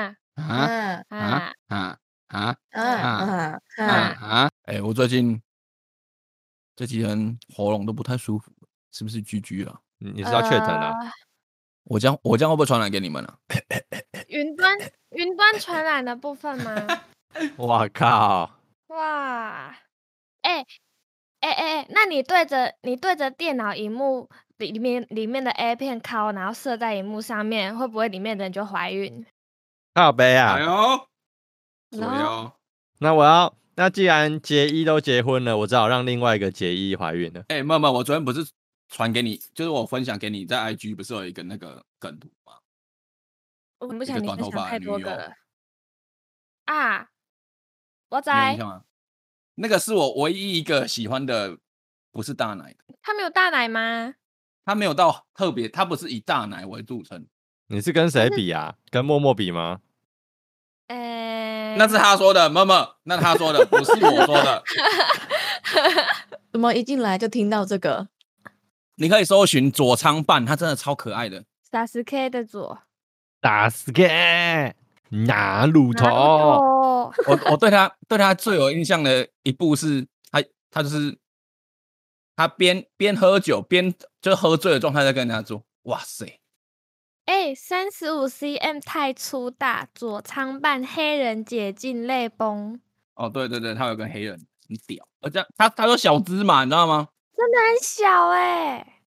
啊啊啊啊啊嗯嗯啊嗯啊啊！嗯，啊！哎、我最近这几天喉咙都不太舒服，是不是居居啊？你你是要确诊了？呃，我这样我这样会不会传染给你们啊？呃云端云端传染的部分吗？ 我靠！哇，哎哎哎哎，那你对着你对着电脑荧幕里面里面的 A 片敲，然后射在荧幕上面，会不会里面的人就怀孕？靠背啊！哎呦，左右，那我要，那既然结衣都结婚了，我只好让另外一个结衣怀孕了。哎、欸，妹妹，我昨天不是传给你，就是我分享给你在 IG 不是有一个那个梗图吗？我不一想个你短分头享发的太女多个友了啊！我你有在印象吗？那个是我唯一一个喜欢的，不是大奶的，他没有大奶吗？他没有到特别，他不是以大奶为著称，你是跟谁比啊？跟默默比吗？呃，那是他说的，妹妹，那他说的不是我说的。怎么一进来就听到这个？你可以搜寻左仓半，他真的超可爱的。三十 K 的左打死个拿乳哦哪头，有我我对他对他最有印象的一部是他他就是他边边喝酒边就喝醉的状态在跟人家做，哇塞，哎，三十五 cm 太粗大，左仓半黑人解禁泪崩，哦对对对，他有跟黑人很屌，而且他他说小芝麻，你知道吗？很小哎、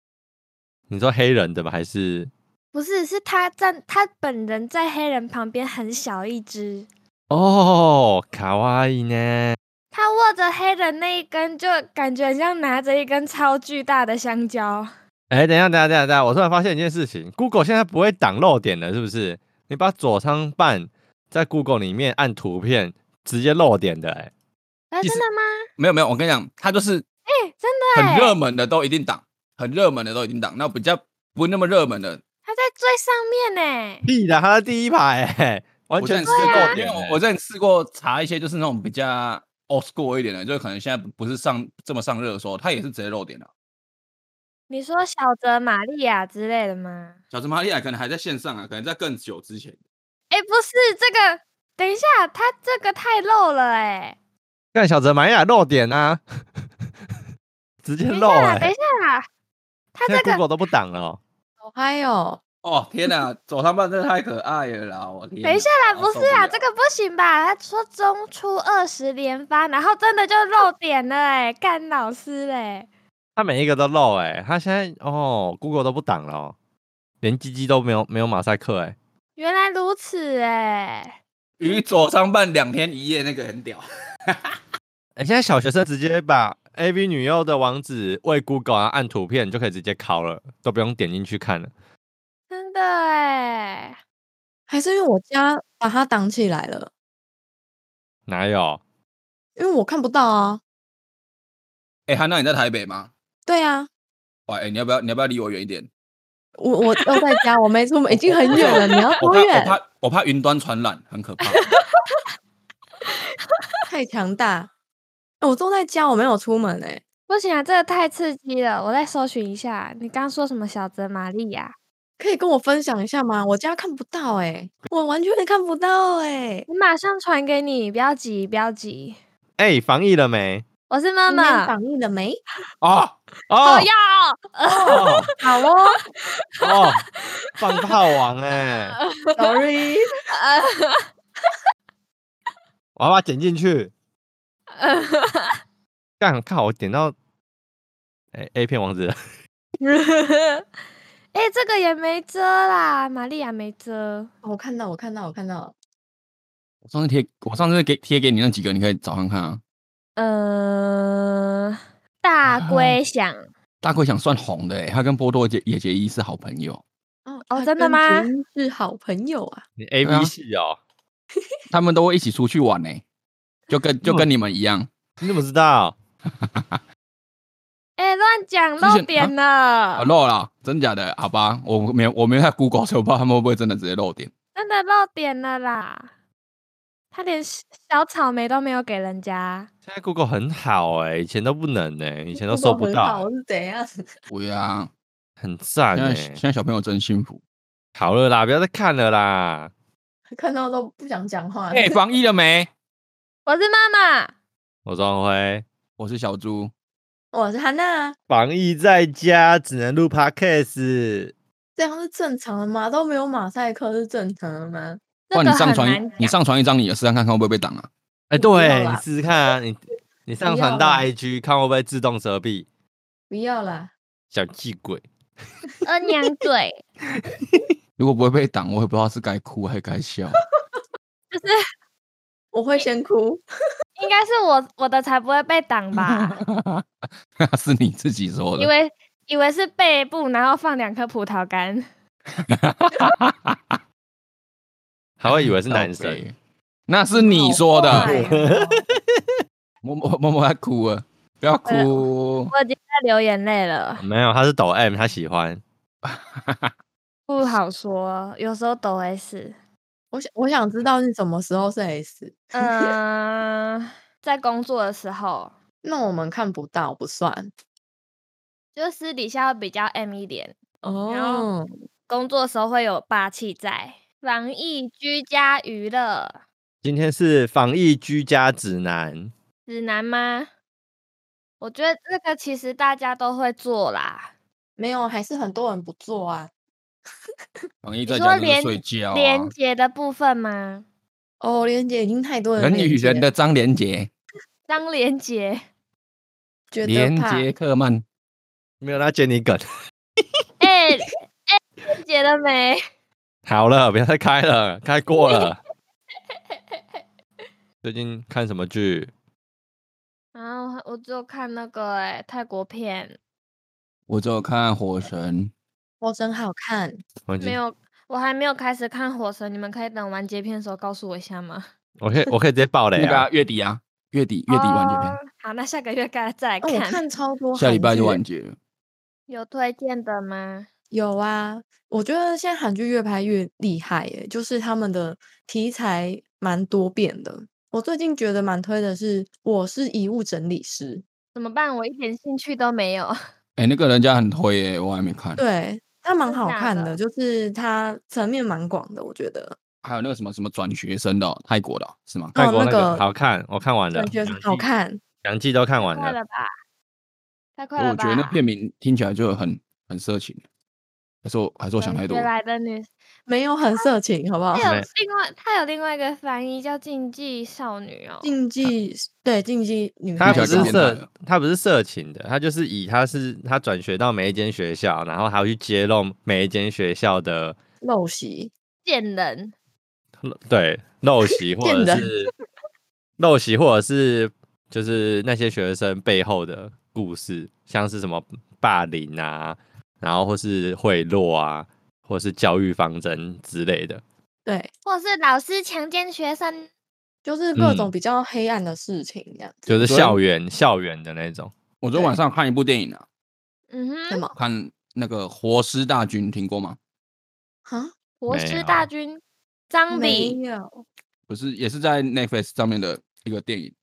你说黑人的吧？还是不是，是他站他本人在黑人旁边很小一只，哦，卡哇伊呢？他握着黑人那一根，就感觉很像拿着一根超巨大的香蕉。哎，等一下，等一下，等一下，等一下，我突然发现一件事情，Google 现在不会挡漏点了，是不是？你把左仓办在 Google 里面按图片，直接漏点的、哎，啊，其真实的吗？没有没有，我跟你讲，他就是哎、真的很哎、热门的都一定挡，很热门的都一定挡，那比较不那么热门的，他在最上面呢、屁的，他在第一排、哎，完我之全前是试漏过，因点、为哎我我之前试过查一些就是那种比较 old school 一点的，就是可能现在不不是上这么上热搜，他也是直接露点了。你说小泽玛利亚之类的吗？小芝麻利亚可能还在线上啊，可能在更久之前。哎、不是这个，等一下，他这个太露了哎、干小泽玛利亚漏点啊， 直接等一漏下哎、啦，等一下啦，他现这在个 Google 都不挡了、哦，好嗨哦！哦天哪，左上半真的太可爱了啦！我天哪，等一下啦，我不受是啊，了这个不行吧？他说中出二十连发，然后真的就漏点了哎、干老师嘞、他每一个都漏哎、他现在哦 Google 都不挡了、哦，连鸡鸡都没有没有马赛克哎、原来如此哎、与左上半两天一夜那个很屌，哎、现在小学生直接把 AV 女优的网址喂 Google 啊，按图片就可以直接拷了，都不用点进去看了。真的哎、还是因为我家把它挡起来了，哪有？因为我看不到啊。哎、韩娜你在台北吗？对啊，哇，哎、你要不要你要不要离我远一点？我我都在家，我没出门，已经很我远了。你要我多怕我远？怕我怕云端传染，很 可怕。太强大！哎我都在家，我没有出门哎、不行啊，这个太刺激了，我再搜寻一下。你刚说什么小泽玛利亚？可以跟我分享一下吗？我家看不到哎、我完全看不到哎、 我马上传给你，不要急，不要急。哎、防疫了没？我是妈今天妈。榜一了没？哦哦哦要哦 好哦 哦，放炮王哎、 ，sorry，我要把它剪进去。 干靠！我点到哎、A 片王子了，哎、这个也没遮啦，玛利亚没遮。哦我看到，我看到，我看到了，我上次贴我上次给贴给你那几个，你可以找看看啊。呃，大啊龟响、大龟想算红的、欸，他跟波多野野结衣是好朋友，哦哦他真的跟吗杰英是好朋友啊，你 A 对啊 B 系哦、他们都会一起出去玩呢、就跟就嗯跟你们一样。你怎么知道？哎、乱讲之前漏点了，啊，漏了，真假的？好吧，我没有我没有在 Google，所以我不知道他们会不会真的直接漏点。真的漏点了啦。他连小小草莓都没有给人家，现在 Google 很好哎、以前都不能哎、以前都做搜不很到好，是怎样？对啊，很赞现啊哎、 在现在小朋友真幸福。好了啦，不要再看了啦。看到都不想讲话。哎、防疫了没？我是妈妈，我庄辉，我是小猪，我是韩娜，防疫在家只能录 podcast，这样是正常的吗？都没有马赛克是正常的吗？不那个然你上很传难一讲。你上传一张你的试看看看会不会被挡啊？哎、不要对啦你试试看啊，你你上传要到啦 IG 看会不会自动遮蔽，不要啦，小气鬼。二 娘嘴，如果不会被挡，我也不知道是该哭还是 该笑。 我会先哭。应该是我我的才不会被挡 吧？是你自己说以的，为以为是背部，然后放两颗葡萄干。 还会以为是靠男生，北，那是你说好坏的。啊哦默默默默在哭了，不要哭。我已经在流眼泪了，没有，他是抖 M，他喜欢。不好说，有时候抖 S。我想我想知道你什么时候是 S，嗯、 在工作的时候，那我们看不到不算就私底下会比较 M 一点，哦。工作的时候会有霸气在。防疫居家娱乐今天是防疫居家指南，指南吗？我觉得这个其实大家都会做啦，没有，还是很多人不做啊。防疫你在说家就是连睡觉、啊，连接的部分吗？哦，莲姐已经太多人人连与接人的张连杰，张连杰，觉连得怕，杰克曼，没有他接你梗。 哎哎，连杰了没？好了，不要再开了，开过了。最近看什么剧？然后啊我就看那个哎、泰国片，我就看《火神我真好看。哦我已没经，有，我还没有开始看《火神》，你们可以等完结篇的时候告诉我一下吗？ 我可以，我可以直接爆》雷 那个啊、啊！月底啊，月底月底完结哦篇，好，那下个月该再来哦，看。我看超多，下礼拜就完。结了。有推荐的吗？有啊，我觉得现在韩剧越拍越厉害耶，就是他们的题材蛮多变的。我最近觉得蛮推的是《我是遗物整理师》，怎么办？我一点兴趣都没有。哎、那个人家很推耶、我还没看。对，它蛮真好假看的的，就是它层面蛮广的，我觉得。还有那个什么什么转学生的哦、泰国的哦、是吗？泰国哦那那个个好看，我看完了我，觉得两好季，看，两季都看完快了。了吧，太快了我吧！觉得那片名听起来就很很色情，还是我还是我想转太多啊学。来的女，没有很色情，好不好她？有没另外，她有另外一个翻译叫《禁忌少女》哦。竞技对竞技女他孩起不来子更是变态色了，他不是色情的，他就是以他是他转学到每一间学校，然后还要去揭露每一间学校的陋习，贱人，对陋习或见者人是陋习或者是就是那些学生背后的故事，像是什么霸凌啊，然后或是贿赂啊，或是教育方针之类的。对，或是老师强奸学生，就是各嗯种比较黑暗的事情这样子。就是所以校园校园的那种，我昨天晚上看一部电影啊，嗯什哼，么看那个《活尸大军》，听过吗？啊？国没有师大军，张没比，有，不是，也是在 Netflix 上面的一个电影，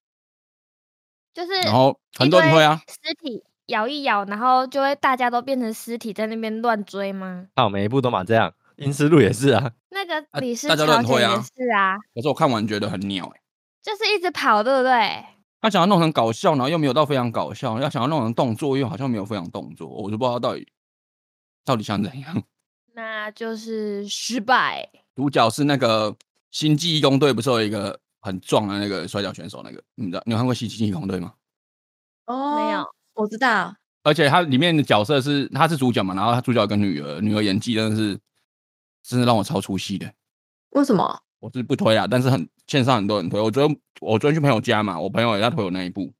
就是然后很多人推啊，，尸体咬一咬，然后就会大家都变成尸体在那边乱追吗？啊，每一部都嘛这样，《阴尸路》也是啊，那个啊李氏大家都朝很鲜会也啊是啊，可是我看完觉得很鸟哎、就是一直跑，对不对？他想要弄成搞笑，然后又没有到非常搞笑；要想要弄成动作，又好像没有非常动作，我就不知道到底到底想怎样。那就是失败。主角是那个《星际义工队》，不是有一个很壮的那个摔跤选手？那个你知道？你有看过《星际义工队》吗？哦，没有，我知道，而且他里面的角色是他是主角嘛，然后他主角有个女儿，女儿演技真的是真的让我超出戏的。为什么？我是不推啦，但是很线上很多人推。我昨天我昨天去朋友家嘛，我朋友也在推我那一部，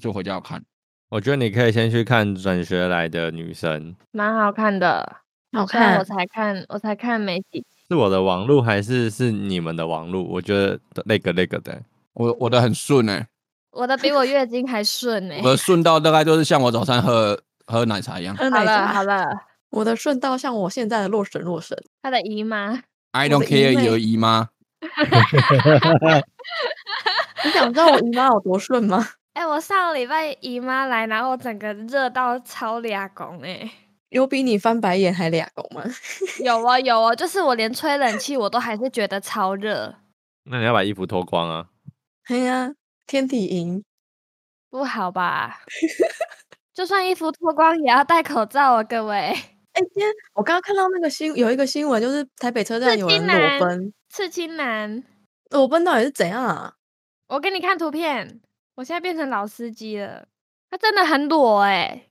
就回家要看。我觉得你可以先去看《转学来的女生蛮好看的。好虽然看我，才看，我才看没几集。》，是我的网路还是是你们的网路？我觉得那个那个的，我我的很顺哎、我的比我月经还顺呢、我的顺到大概就是像我早餐喝喝奶茶一样。喝好奶了茶。好了，我的顺道像我现在的洛神洛神，他的姨妈 I 我 don't 的姨 care 妹有姨妈，你想知道我姨妈有多顺吗？哎、我上个礼拜姨妈来，然后我整个热到超俩拱哎， 有比你翻白眼还俩狗吗？有哦有哦，就是我连吹冷气我都还是觉得超热，那你要把衣服脱光啊！哎呀，天体营，不好吧？ 就算衣服脱光也要戴口罩哦，各位。哎，今天我刚刚看到那个新有一个新闻，就是台北车站是有金人南裸奔，刺青男，裸奔到底是怎样啊？我给你看图片，我现在变成老司机了，他真的很裸哎、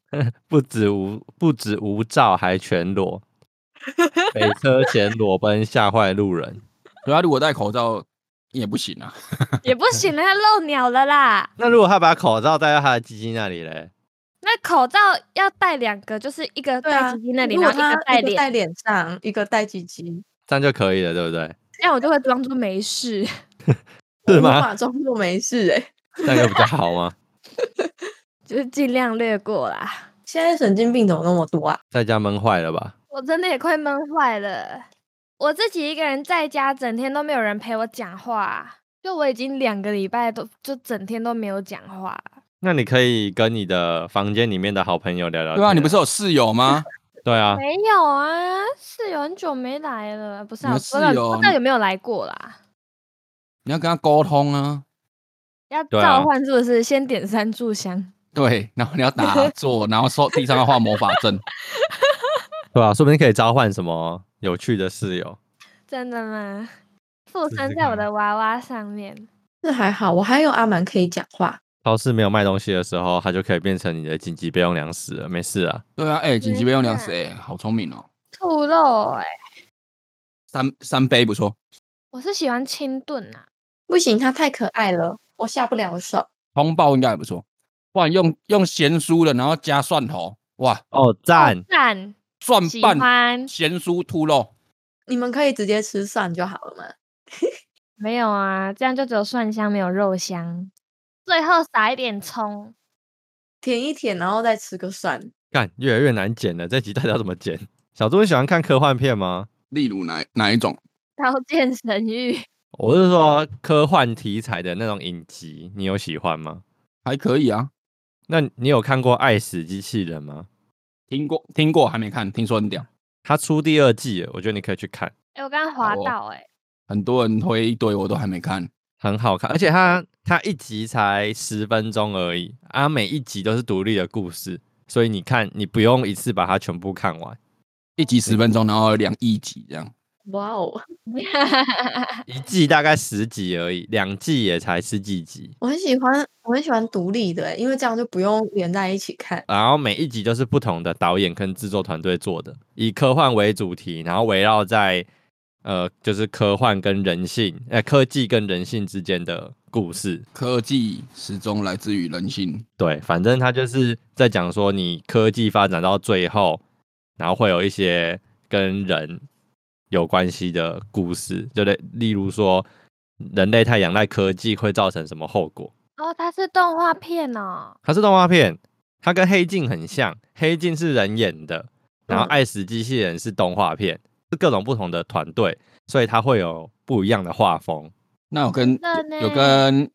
不止无不止无照，还全 裸，北车前裸奔吓坏路人。主啊要如果戴口罩也不行啊。也不行了，他露鸟了啦。那如果他把口罩戴到他的鸡鸡那里嘞？那口罩要戴两个，就是一个对戴啊鸡鸡那里，如然果后一他个戴一个脸，戴脸上，一个戴鸡鸡，这样就可以了，对不对？这样我就会装作没事。我是无吗？法装作没事哎、这样有比较好吗？就是尽量略过啦。现在神经病怎么那么多啊？在家闷坏了吧？我真的也快闷坏了，我自己一个人在家，整天都没有人陪我讲话，就我已经两个礼拜都就整天都没有讲话。那你可以跟你的房间里面的好朋友聊聊。对啊，你不是？有室友吗？对啊，没有啊，室友很久没来了，不是、你啊，哦的不知道室友不知道有没有来过啦？你要跟他沟通啊。要对啊召唤是不是？先点三炷香。对，然后你要打 坐，然后说地上要画魔法阵。对啊，说不定可以召唤什么有趣的室友。真的吗？附试身试在我看的娃娃上面，这还好，我还有阿蛮可以讲话。超市没有卖东西的时候，它就可以变成你的紧急备用粮食了，没事啊。对啊，哎、紧急备用粮食，天哎、好聪明哦。兔肉哎、三三杯不错，我是喜欢清炖啊，不行，他太可爱了，我下不了手。通报应该也不错。不然用用咸酥的，然后加蒜头，哇，哦，赞！赞，蒜喜瓣欢咸酥兔肉，你们可以直接吃蒜就好了嘛。没有啊？这样就只有蒜香没有肉香，最后撒一点葱，舔一舔，然后再吃个蒜。干，越来越难剪了，这集到底要怎么剪？小猪，你喜欢看科幻片吗？例如哪哪一种？刀剑神域，我是说科幻题材的那种影集，你有喜欢吗？还可以啊，那你有看过《爱死机器人》吗？听过听过还没看，听说很屌，它出第二季了，我觉得你可以去看，哎、我刚刚滑好哦到哎、很多人推一堆，我都还没看。很好看，而且它它一集才十分钟而已，啊，每一集都是独立的故事，所以你看，你不用一次把它全部看完，一集十分钟，然后两亿集这样，哇哦，一季大概十集而已，两季也才十几集，我很喜欢，我很喜欢独立的欸，因为这样就不用连在一起看。然后每一集都是不同的导演跟制作团队做的，以科幻为主题，然后围绕在呃，就是科幻跟人性，呃，科技跟人性之间的故事。科技始终来自于人性。对，反正它就是在讲说，你科技发展到最后，然后会有一些跟人有关系的故事，就例例如说，人类太仰赖科技会造成什么后果。哦，它是动画片哦，它是动画片，它跟《黑镜》很像，《黑镜》是人演的，然后《嗯爱死机器人》是动画片，是各种不同的团队，所以它会有不一样的画风。那有跟真的有有呢跟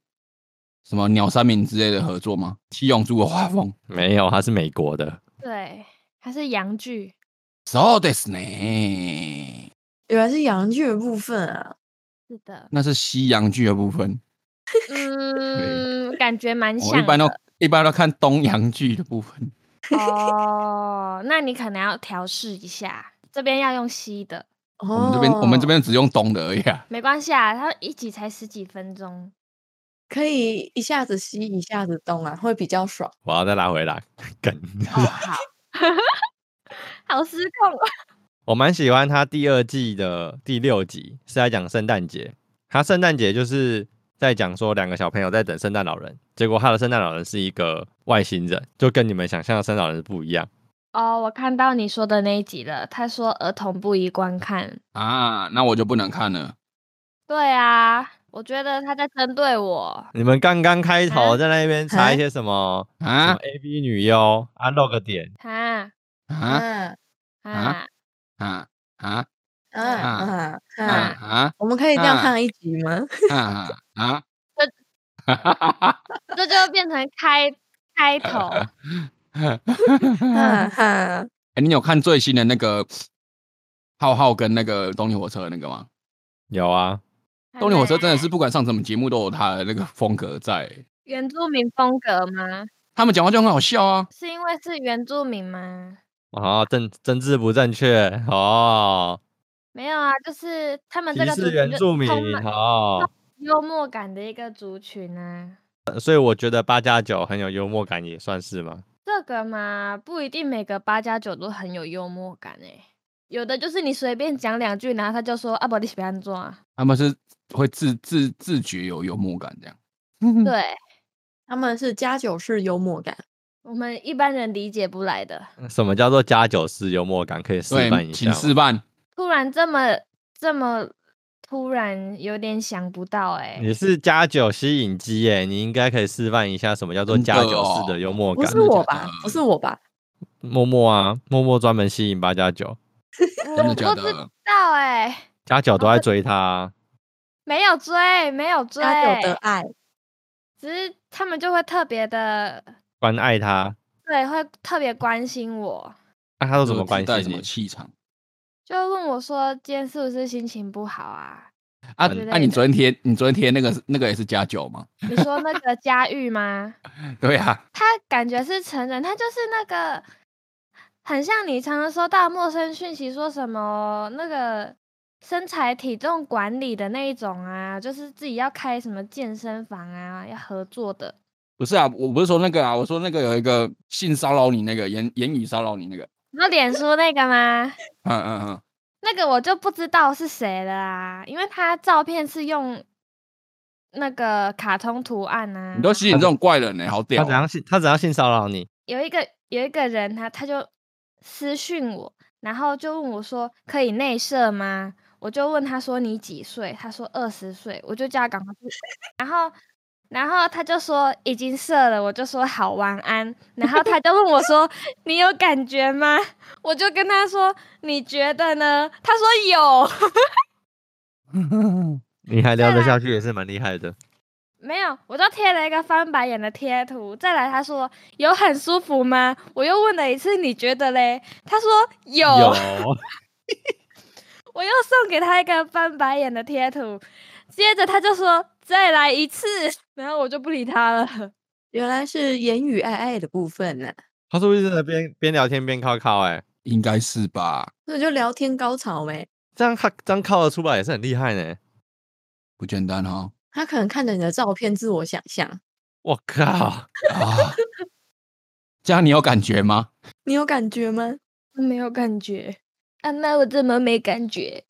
什么鸟山明之类的合作吗？七龙珠的画风，没有，它是美国的，对，它是洋剧， So this 呢？，原来是洋剧的部分啊，是的那是西洋剧的部分，嗯，感觉蛮哦我一像般都的一般都看东洋剧的部分。哦。那你可能要调试一下，这边要用吸的。我们这边我们这哦边只用东的而已啊。没关系啊，它一集才十几分钟。可以一下子吸一下子动啊，会比 较爽。我要再拉回来。 梗，哦，好，好失控哦。我蛮喜欢它第二季的第六集，是在讲圣诞节。它圣诞节就是在讲说两个小朋友在等圣诞老人，结果他的圣诞老人是一个外星人，就跟你们想象的圣诞老人不一样。哦，我看到你说的那一集了。他说儿童不宜观看。啊，那我就不能看了。对啊，我觉得他在针对我。你们刚刚开头啊在那边查啊一些什么什么啊 A B 女优啊，露个点，啊啊啊啊！啊啊啊啊啊啊啊！啊我们可以这样啊看一集吗？啊啊！这哈哈哈哈呃嗯这就变成开开头。嗯哈哈 哎，你有看最新的那个浩浩跟那个动力火车的那个吗？有啊，还呃动力火车没真的是不管上什么节目都有他的那个风格在，原住民风格吗？他们讲话就很好笑啊。是因为是原住民吗？哦，政政治不正确哦，没有啊，就是他们这歧个族视群原就住民充满哦，幽默感的一个族群啊。所以我觉得八加九很有幽默感，也算是吗？这个嘛，不一定每个八加九都很有幽默感诶、有的就是你随便讲两句，然后他就说啊，不，你喜欢做啊？他们是会自自自觉有幽默感这样。嗯对 他们是加九式幽默感，我们一般人理解不来的。什么叫做加九式幽默感？可以示范对，一请下吗。示 范。突然这么这么突然，有点想不到哎诶、你是加九吸引机耶，你应该可以示范一下什么叫做真的加九哦式的幽默不感。是的我假的吧？不是我 吧？默默啊，默默专门吸引八加九，我真的不假知的？道诶、加九都在追他啊、哎没有追，没有追，加九的爱，只是他们就会特别的，关爱他。对，会特别关心我，那、他都有怎么关带心什么你？气场就会问我说今天是不是心情不好啊？啊？之那、你类的昨天贴你昨天贴那个那个也是加九吗？ 你说那个 佳玉吗？对啊，他感觉是成人，他就是那个很像你常常收到陌生讯息，说什么那个身材体重管理的那一种啊，就是自己要开什么健身房啊，要合作的。不是啊，我不是说那个啊，我说那个有一个性骚扰你那个言言语骚扰你那个，那脸书那个吗？嗯嗯嗯，那个我就不知道是谁了啊，因为他照片是用那个卡通图案啊。你都吸引这种怪人欸呢、好屌、他怎样性？他怎样性骚扰你？有一个有一个人他他就私讯我，然后就问我说可以内射吗？我就问他说你几岁？他说二十岁，我就叫他赶快去， 然后然后他就说已经射了，我就说好晚安，然后他就问我说你有感觉吗？我就跟他说你觉得呢？他说有， 你还聊得下去，也是蛮厉害的。没有，我就贴了一个翻白眼的贴图。再来，他说有很舒服吗？我又问了一次，你觉得嘞？他说有，有，我又送给他一个翻白眼的贴图。接着他就说再来一次， 然后我就不理他了。原来是言语爱爱的部分呢、他是不是在边边聊天边靠靠、欸？哎， 应该是吧？所以就聊天高潮呗。这样靠这样靠得出来也是很厉害呢。不简单哦哈、他可能看着你的照片自我想象，我靠，啊！ 这样你有感觉吗？你有感觉吗？ 没有感觉，啊，那我怎么没感觉？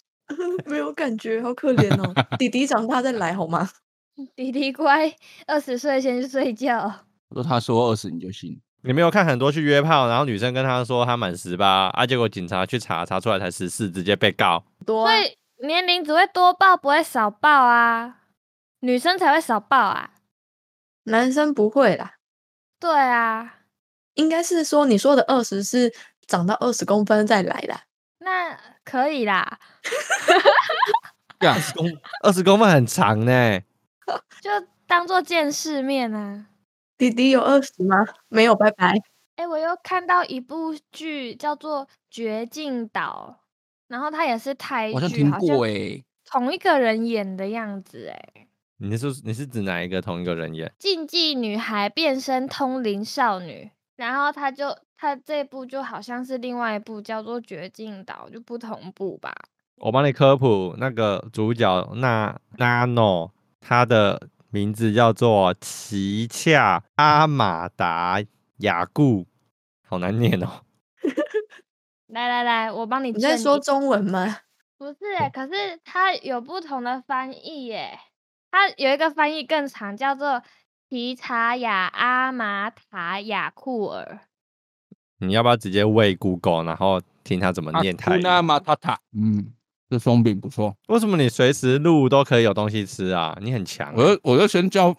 没有感觉，好可怜 哦。弟弟长大再来好吗？弟弟乖，二十岁先去睡觉。说他说二十你就信，你没有看很多去约炮，然后女生跟他说他满十八啊，结果警察去查，查出来才十四，直接被告。多、啊所，以年龄只会多报，不会少报啊，女生才会少报啊。男生不会啦。对啊，应该是说你说的二十是长到二十公分再来啦。那可以啦，干十公二十公分很长呢，就当做见世面啊。弟弟有二十吗？没有，拜拜。哎，我又看到一部剧叫做《绝境岛》，然后它也是泰剧，我好好像听过哎、同一个人演的样子。哎，你是你是指哪一个同一个人演？禁忌女孩变身通灵少女，然后她就她这部就好像是另外一部叫做《绝境岛》，就不同步吧。我帮你科普，那个主角那 Nano，他的名字叫做奇恰阿马达雅固，好难念哦。来来来，我帮你你在正说音中文吗？不是欸，可是它有不同的翻译耶。它有一个翻译更长，叫做提查雅阿玛塔雅库尔。你要不要直接喂 Google，然后听他怎么念泰语？啊那马塔塔，嗯，这松饼不错。为什么你随时录都可以有东西吃啊？你很强、我就我就先叫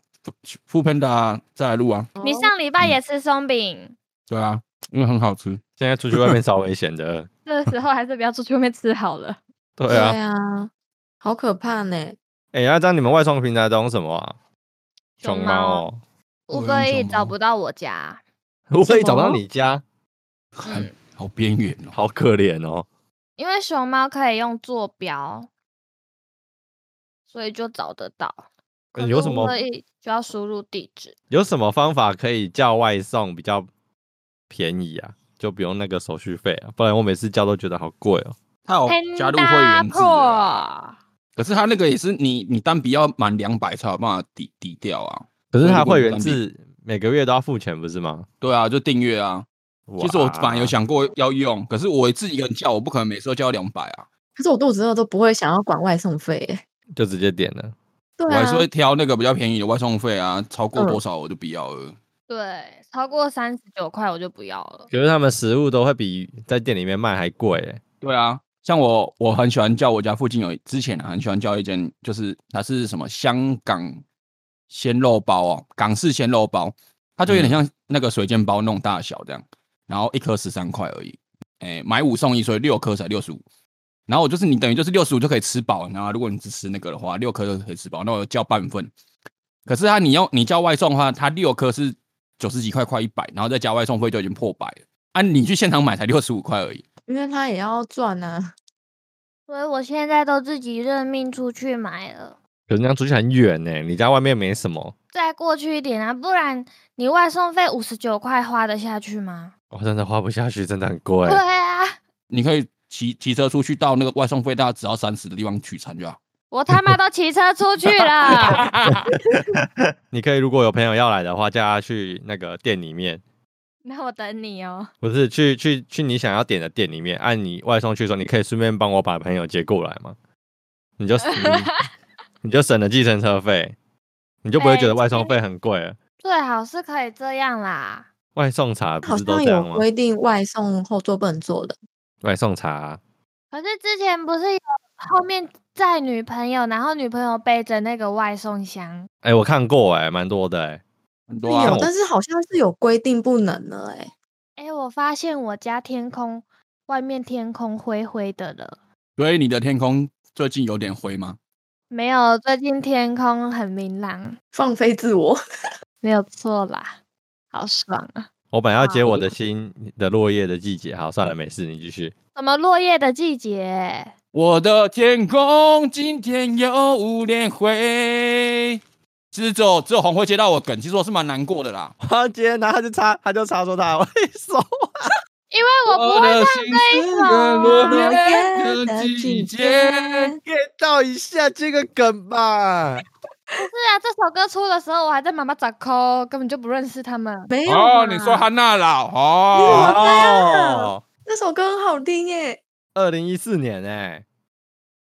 富喷达再来录啊，你哦上礼拜嗯也吃松饼，对啊，因为很好吃。现在出去外面超危险 的。这个时候还是不要出去外面吃好了。对啊，啊，好可怕呢！哎、那这样你们外送平台都用什么啊？熊熊猫猫哦，我乌用龟熊找猫不到我家，我可以什找不到么你家，很好边缘哦。好可怜哦。因为熊猫可以用坐标，所以就找得到。呃可有是什么所以就要输入地址？有什么方法可以叫外送比较便宜啊？就不用那个手续费啊，不然我每次叫都觉得好贵哦。他有加入会员制的啦，破，可是他那个也是你你单笔要满两百才有办法抵抵掉啊。可是所以他如果会你员单笔，制每个月都要付钱，不是吗？对啊，就订阅啊。其实我本来有哇，想过要用，可是我自己一个人叫，我不可能每次都叫两百啊，可是我肚子饿都不会想要管外送费耶、就直接点了。对我啊，还是会挑那个比较便宜的外送费啊，超过嗯多少我就不要了。对，超过三十九块我就不要了。可是他们食物都会比在店里面卖还贵欸，对啊，像我我很喜欢叫我家附近有一之前、啊、很喜欢叫一间，就是它是什么香港鲜肉包哦，港式鲜肉包，它就有点像那个水煎包那种大小这样，然后一颗十三块而已，哎、买五送一，所以六颗才六十五。然后我就是你等于就是六十五就可以吃饱，然后如果你只吃那个的话，六颗就可以吃饱。那我叫半份，可是它你要你叫外送的话，它六颗是九十几块，快一百，然后再加外送费就已经破百了。啊，你去现场买才六十五块而已。因为他也要赚啊。所以我现在都自己认命出去买了。可是那样出去很远呢，你家外面没什么。再过去一点啊，不然你外送费五十九块花得下去吗？我哦真的花不下去，真的很贵对。啊，你可以骑骑车出去到那个外送费大概只要三十的地方取餐就好。我他妈都骑车出去 了。你可以如果有朋友要来的话，叫他去那个店里面，那我等你哦。不是去去去你想要点的店里面，按你外送去的时候，你可以顺便帮我把朋友接过来嘛，你就你你就省了计程车费，你就不会觉哎得外这送个费很贵了。最好是可以这样啦。外送茶不好是都像这样有吗？规定外送后座不能坐的，外送茶可是之前不是有后面载女朋友，然后女朋友背着那个外送箱，哎、我看过哎、蛮多的哎、很是多啊有，我，但是好像是有规定不能了哎、哎，我发现我家天空外面天空灰灰的了。所以你的天空最近有点灰吗？没有，最近天空很明朗，放飞自我。 没有错啦，好爽啊！我本来要接好我的新的落叶的季节，好，算了，没事，你继续。 什么落叶的季节？我的天空今天有点灰。其实只有只有红会接到我梗，其实我是蛮难过的啦。他今天然后他就插，他就插说他 会手，因为我不会的心是首啊落叶的季节。 get 到一下这个梗 吧。是啊，这首歌出的时候，我还在妈妈找抠，根本就不认识他们。没有哦，嘛你说汉娜啦？哇哦，哦，那首歌很好听耶，二零一四年哎、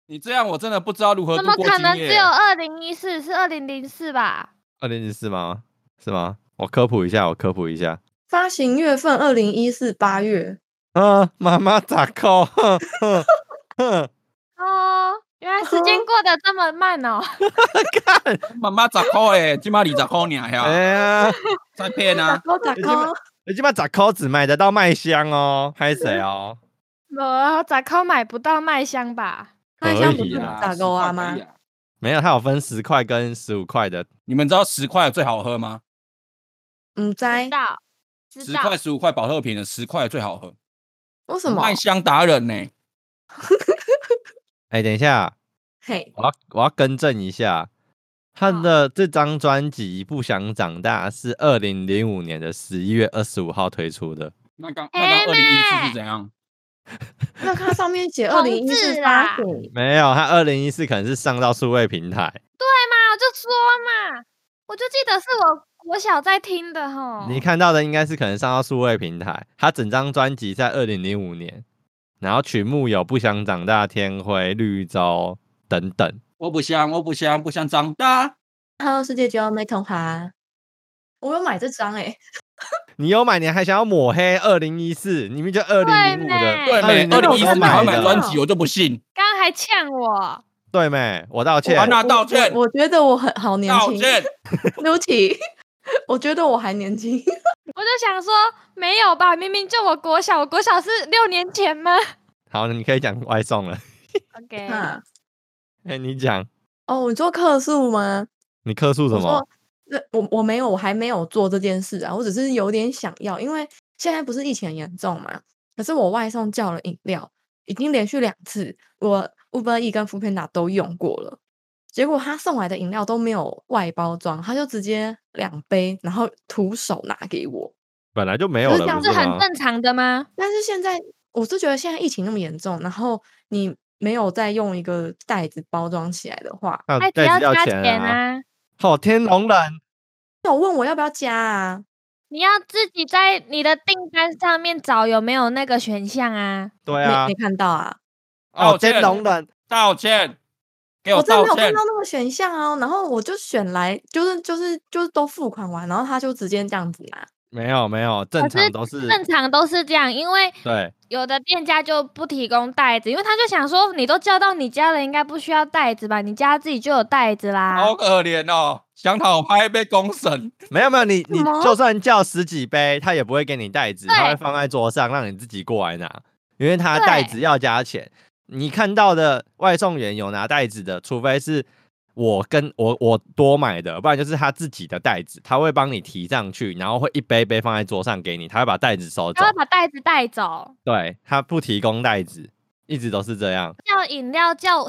你这样我真的不知道如何怎度么过可能今只夜有。二零一四？是二零零四吧？二零零四吗？是吗？我科普一下，我科普一下。发行月份二零一四八月，啊，妈妈咋扣？ 哼哼哼哦，原来时啊间过得这么慢哦。看，妈妈咋扣诶？今妈你咋扣你呀？哎呀，在骗打啊！勾打已经勾，你鸡巴咋扣只买得到麦香哦，拍谁 哦？我咋抠呃买不到麦香吧？麦可香不以是啦打勾啊吗可以？啊没有，它有分十块跟十五块的。你们知道十块最好喝吗？嗯，知在道，知十道块。十五块保特瓶的十块最好喝，为什么？麦香达人呢、哎，等一下，嘿，我要我要更正一下，他好的这张专辑《不想长大》是二零零五年的十一月二十五号推出的。那刚那哎刚二零一四妹是怎样？那它上面 写二同零一志四啦发行，没有，他二零一四可能是上到数位平台。嘛，啊我就说嘛，我就记得是我国小在听的吼。你看到的应该是可能上到数位平台。他整张专辑在二零零五年，然后曲目有《不想长大》《天灰》《绿洲》等等。我不想，我不想，不想长大。 Hello 世界就要麦童华，我有买这张哎，你有买，你还想要抹黑二零一四？你们就二零零五的，对对没？二那零我一都四买还了买专辑，哦我就不信。刚刚还呛我，对没？我道歉安，娜我啊道我歉，我觉得我很好年道轻，歉。对不起， 我觉得我还 年轻，我就想说没有吧，明明就我国小，我国小是六年前吗好，你可以讲外送了。 ？OK，哈，哎，你讲，啊哦，你做客诉吗？你客诉什我么说？那我我没有，我还没有做这件事啊，我只是有点想要，因为现在不是疫情很严重嘛，可是我外送叫了饮料，已经连续两次，我 Uber E 跟 f o o p a n d a 都用过了，结果他送来的饮料都没有外包装，他就直接两杯，然后徒手拿给我。本来就没有可是了，这样不这是很吗？正常的吗？但是现在我是觉得现在疫情那么严重，然后你没有再用一个袋子包装起来的话，那哎，只袋子加钱钱啊！啊！好天龙人，那我问我要不要加啊？你要自己在你的订单上面找有没有那个选项啊？对啊没没，看到啊，哦道天歉龙人，道歉，给我真道的没有看歉到。那个选项哦。然后我就选来，就是就是就是都付款完，然后他就直接这样子拿。没有没有，正可常是都是正常都是这样，因为对，有的店家就不提供袋子，因为他就想说你都叫到你家了，应该不需要袋子吧？你家自己就有袋子啦。好可怜哦，想讨拍被公审，没有没有，你你什么就算叫十几杯，他也不会给你袋子，他对会放在桌上让你自己过来拿，因为他对袋子要加钱。你看到的外送员有拿袋子的，除非是我跟我我多买的，不然就是他自己的袋子，他会帮你提上去，然后会一杯一杯放在桌上给你，他会把袋子收走他会。把袋子带走，对他不提供袋子，一直都是这样。叫饮料叫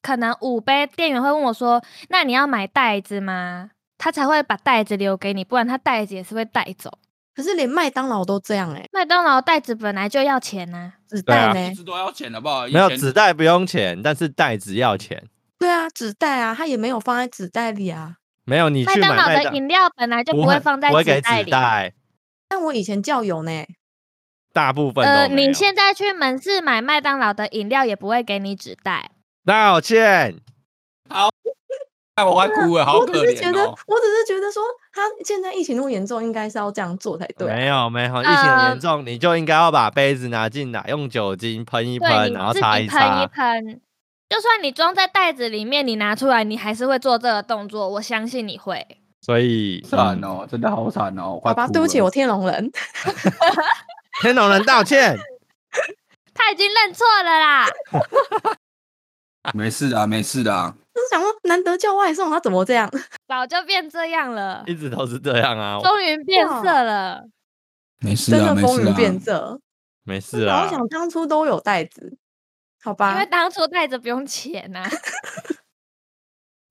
可能五杯，店员会问我说：“那你要买袋子吗？”他才会把袋子留给你，不然他袋子也是会带走。可是连麦当劳都这样哎、欸，麦当劳袋子本来就要钱呐、纸对啊袋哎一呢？直都要钱好不好？以没有前纸袋不用钱，但是袋子要钱。对啊，纸袋啊，他也没有放在纸袋里啊。没有你麦去买当劳麦的当饮料本来就不不会放在不会给纸袋纸里。袋，但我以前叫有呢，大部分呃，都没有你现在去门市买麦当劳的饮料也不会给你纸袋。道歉。哎我快哭了， 好我只可是觉怜得，哦。我只是觉得说，他现在疫情那么严重，应该是要这样做才对啊、哎没有没有，疫情很呃严重，你就应该要把杯子拿进来，用酒精喷一对，喷，你然后自擦己喷一擦。喷。就算你装在袋子里面，你拿出来，你还是会做这个动作。我相信你会。所以，惨嗯哦，真的好惨哦，我快好吧，哭对不起，了我天龙人。 天龙人道歉。他已经认错了啦。没事的啊，没事的啊。就是想说，难得叫外送，他怎么这样？早就变这样了，一直都是这样啊，终于变哇色了。没事真啊，的没风事云啊。变色。没事然后啦。想当初都有袋子，好因为吧，当初带着不用钱呐、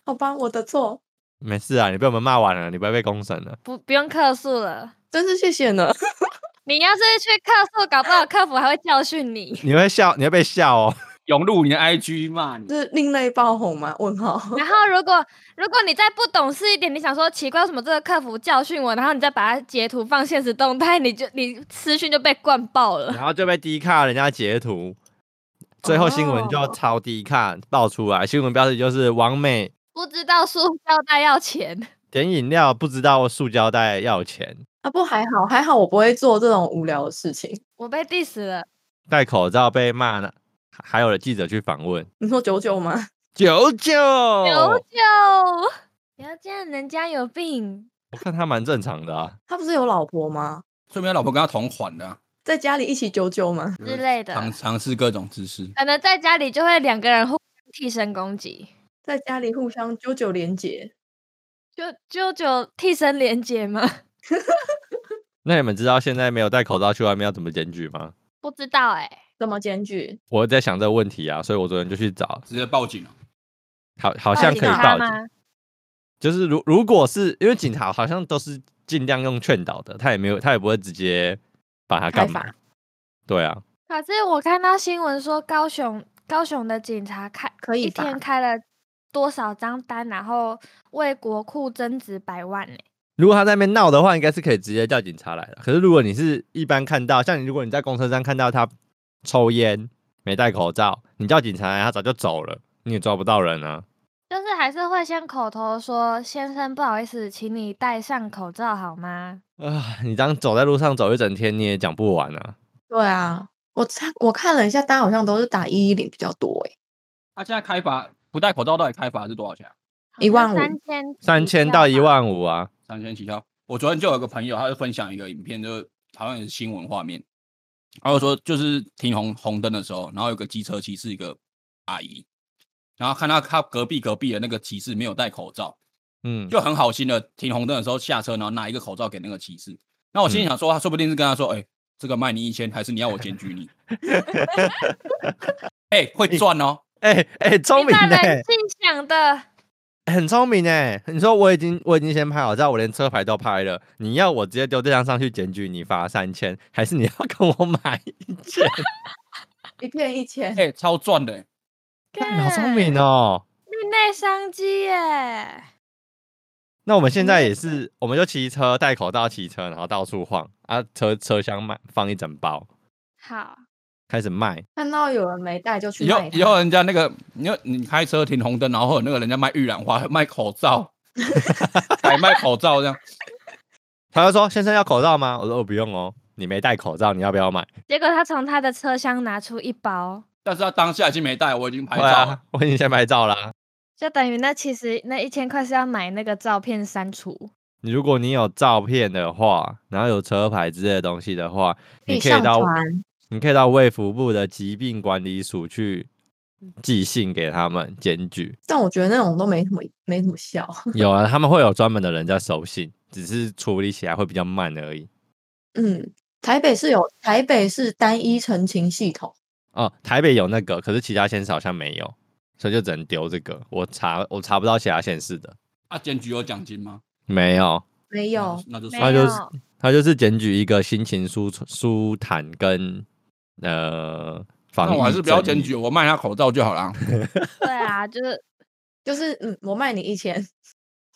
好吧，我的错，没事啊，你被我们骂完了，你不要被公审了。不不用客诉了。真是谢谢呢。你要是去客诉，搞不好客服还会教训你。你会笑，你会被笑哦。涌入你的 IG 骂你，就是另类爆红嘛？问号。然后，如果如果你再不懂事一点，你想说奇怪，为什么这个客服教训我，然后你再把它截图放现实动态，你就你私讯就被灌爆 了。然后就被低卡人家截图，最后新闻就哦超低卡爆出来，新闻标题就是王美不知道塑胶袋要钱，点饮料不知道塑胶袋要钱，啊，不还好，还好我不会做这种无聊的事情。我被 diss 了。戴口罩被骂了，还有记者去访问你说九九吗？九九，九九，不要这样，人家有病。我看他蛮正常的啊，他不是有老婆吗？顺便老婆跟他同款的啊在家里一起九九吗？就是类的尝尝试各种姿势。可能在家里就会两个人互相替身攻击。在家里互相九九连结，就就就替身连接吗？ 那你们知道现在没有戴口罩去外面要怎么检举吗？不知道哎、怎么检举？我在想这个问题啊，所以我昨天就去找，直接报警啊了，好好报像警可以察报警，吗？就是如如果是因为警察好像都是尽量用劝导的，他也没有他也不会直接把他开干嘛罚，对啊，可是我看到新闻说高雄高雄的警察开可以一罚天开了多少张单，然后为国库增值百万呢、如果他在那边闹的话，应该是可以直接叫警察来的。可是如果你是一般看到，像你如果你在公车上看到他抽烟没戴口罩，你叫警察来，他早就走了，你也抓不到人啊。就是还是会先口头说先生不好意思，请你戴上口罩好吗？啊，你这样走在路上走一整天，你也讲不完啊。对啊，我查我看了一下，大家好像都是打一一零比较多哎、他现在开罚不戴口罩到底开罚是多少钱啊？好一像万五三千三起千跳到一吧，万五啊，三千起跳。我昨天就有个朋友，他就分享一个影片，就是好像也是新闻画面，然后说就是停红红灯的时候，然后有个机车骑士一个阿姨，然后看到他隔壁隔壁的那个骑士没有戴口罩，嗯，就很好心的停红灯的时候下车，然后拿一个口罩给那个骑士。那我心里想说，他说不定是跟他说，哎、这个卖你一千，还是你要我检举你？ 哎、会赚哦，哎哎，聪你明把呢、人性想的，欸很聪明哎、你说我已经我已经先拍好照，我连车牌都拍了，你要我直接丢这张上去检举你罚三千，还是你要跟我买一千？一片一千，哎、超赚的、干好聪干明哦、另类商机耶！那我们现嗯在也是，我们就骑车戴口罩骑车，然后到处晃啊，车车厢卖放一整包，好，开始卖。看到有人没带就去以后卖以它。后人家那个，你要你开车停红灯，然后有那个人家卖玉兰花、卖口 罩，还卖口罩这样，他就说：“先生要口罩吗？”我说：“我不用哦，你没戴口罩，你要不要买结果他从他的车厢拿出一包，但是他当下已经没带，我已经？”拍对照了。啊，我已经先拍照啦。就等于那其实那一千块是要买那个照片删除。你如果你有照片的话，然后有车牌之类的东西的话，你可以上到传，你可以到卫福部的疾病管理署去寄信给他们检 举。但我觉得那种都没什么没什么效。有啊，他们会有专门的人在收信，只是处理起来会比较慢而已。嗯，台北是有台北是单一澄清系统，哦，台北有那个，可是其他县市好像没有，所以就只能丢这个。我查我查不到其他县市的，啊，检举有奖金吗？没有。没那有就，那就没算了那就是有他就是检举一个心情舒舒坦跟呃防那疫正义，我还是不要检举，我卖他口罩就好了。对啊，就是就是嗯，我卖你一千，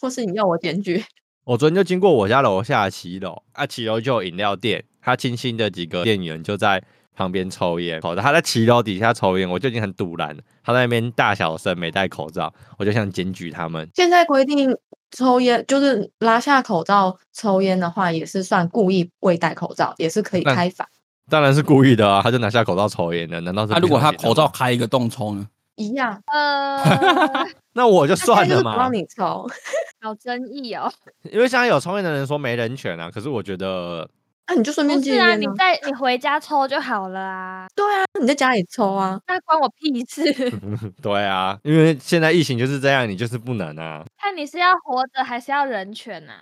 或是你要我检举，我昨天就经过我家楼下的骑楼，啊，骑楼就有饮料店，他清新的几个店员就在旁边抽烟，口罩他在骑楼底下抽烟，我就已经很堵然了，他在那边大小声没戴口罩，我就想检举他们。现在规定抽烟就是拉下口罩抽烟的话，也是算故意未戴口罩，也是可以那开罚，当然是故意的啊，他就拿下口罩抽烟的，难道是那、不小心的吗？啊如果他口罩开一个洞抽呢？一样。呃，那我就他现在 算就了是不嘛让，你抽，好争议哦。因为现在有抽烟的人说没人权啊，可是我觉得那、你就顺不便戒是啊，烟你呢、在你回家抽就好了啊，对啊，你在家里抽啊，那关我屁 事。对啊，因为现在疫情就是这样，你就是不能啊。看你是要活着还是要人权啊？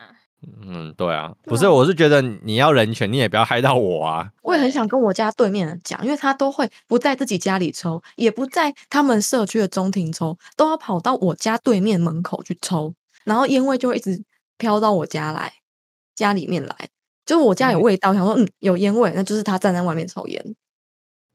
嗯，对啊，不对是，啊我是觉得你要人权，你也不要害到我啊。我也很对想跟我家对面人讲，因为他都会不在自己家里抽，也不在他们社区的中庭抽，都要跑到我家对面门口去抽，然后烟味就会一直飘到我家来，家里面来。就是我家有味道，想说嗯有烟味，那就是他站在外面抽烟。